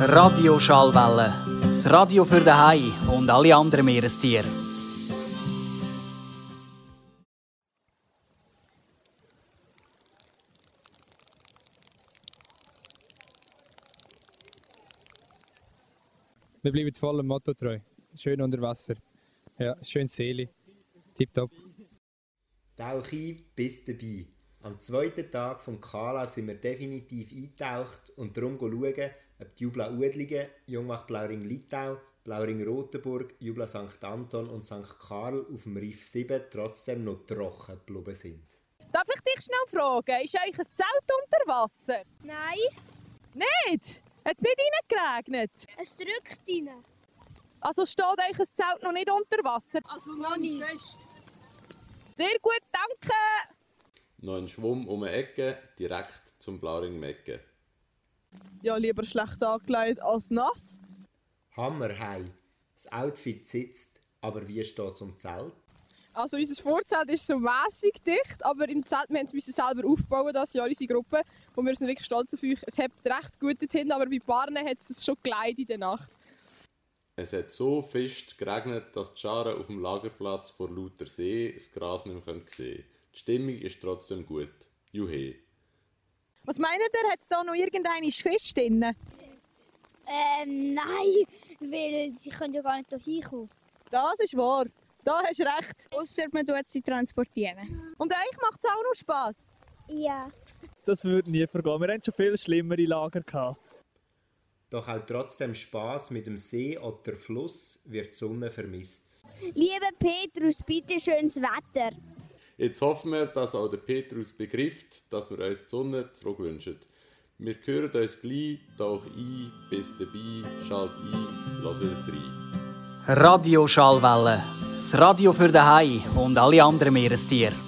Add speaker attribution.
Speaker 1: Radio Schallwelle. Das Radio für den Hai und alle anderen Meerestiere.
Speaker 2: Wir bleiben voll dem Motto treu. Schön unter Wasser. Ja, schön Seele. Tipptopp.
Speaker 3: Tauch ein, bist dabei. Am zweiten Tag vom Kala sind wir definitiv eingetaucht und darum schauen, ob die Jubla Udlingen, Jungmach Blauring-Litau, Blauring-Rotenburg, Jubla St. Anton und St. Karl auf dem Riff 7 trotzdem noch trocken geblieben sind.
Speaker 4: Darf ich dich schnell fragen, ist euch ein Zelt unter Wasser?
Speaker 5: Nein,
Speaker 4: Nicht? Hat es nicht reingeregnet?
Speaker 5: es drückt rein.
Speaker 4: Also steht euch ein Zelt noch nicht unter Wasser?
Speaker 5: Also noch nicht fest.
Speaker 4: Sehr gut, danke!
Speaker 6: Noch einen Schwumm um die Ecke, direkt zum Blauring-Mecke.
Speaker 7: Ja, lieber schlecht angelegt als nass.
Speaker 3: Hammer hei. Das Outfit sitzt, aber wie steht zum Zelt?
Speaker 8: Also unser Vorzelt ist so mäßig dicht, aber im Zelt wir mussten es selber aufbauen, das Jahr unsere Gruppe. Und wir sind wirklich stolz auf euch. Es hat recht gut dorthin, aber bei Barnen hat es schon geleitet in der Nacht.
Speaker 6: Es hat so fest geregnet, dass die Scharen auf dem Lagerplatz vor lauter See das Gras nicht mehr sehen können. Die Stimmung ist trotzdem gut. Juhe.
Speaker 4: Was meint ihr, hat es da noch irgendeinen Fisch drin?
Speaker 5: Ähm, nein, weil sie können ja gar nicht hier hinkommen.
Speaker 4: Das ist wahr. Da hast du recht.
Speaker 8: Ausser man tut sie transportieren.
Speaker 4: Und euch macht es auch noch Spass.
Speaker 5: Ja.
Speaker 9: Das würde nie vergehen. Wir hatten schon viel schlimmere Lager. Gehabt.
Speaker 3: Doch auch trotzdem Spaß mit dem See oder Fluss wird die Sonne vermisst.
Speaker 5: Lieber Petrus, bitte schönes Wetter.
Speaker 6: Jetzt hoffen wir, dass auch der Petrus begrifft, dass wir uns die Sonne zurückwünschen. Wir hören uns gleich, tauch ein, bis dabei, schalt ein, lass wieder rein.
Speaker 1: Radio Schallwelle. Das Radio für den Hai und alle anderen Meerestiere.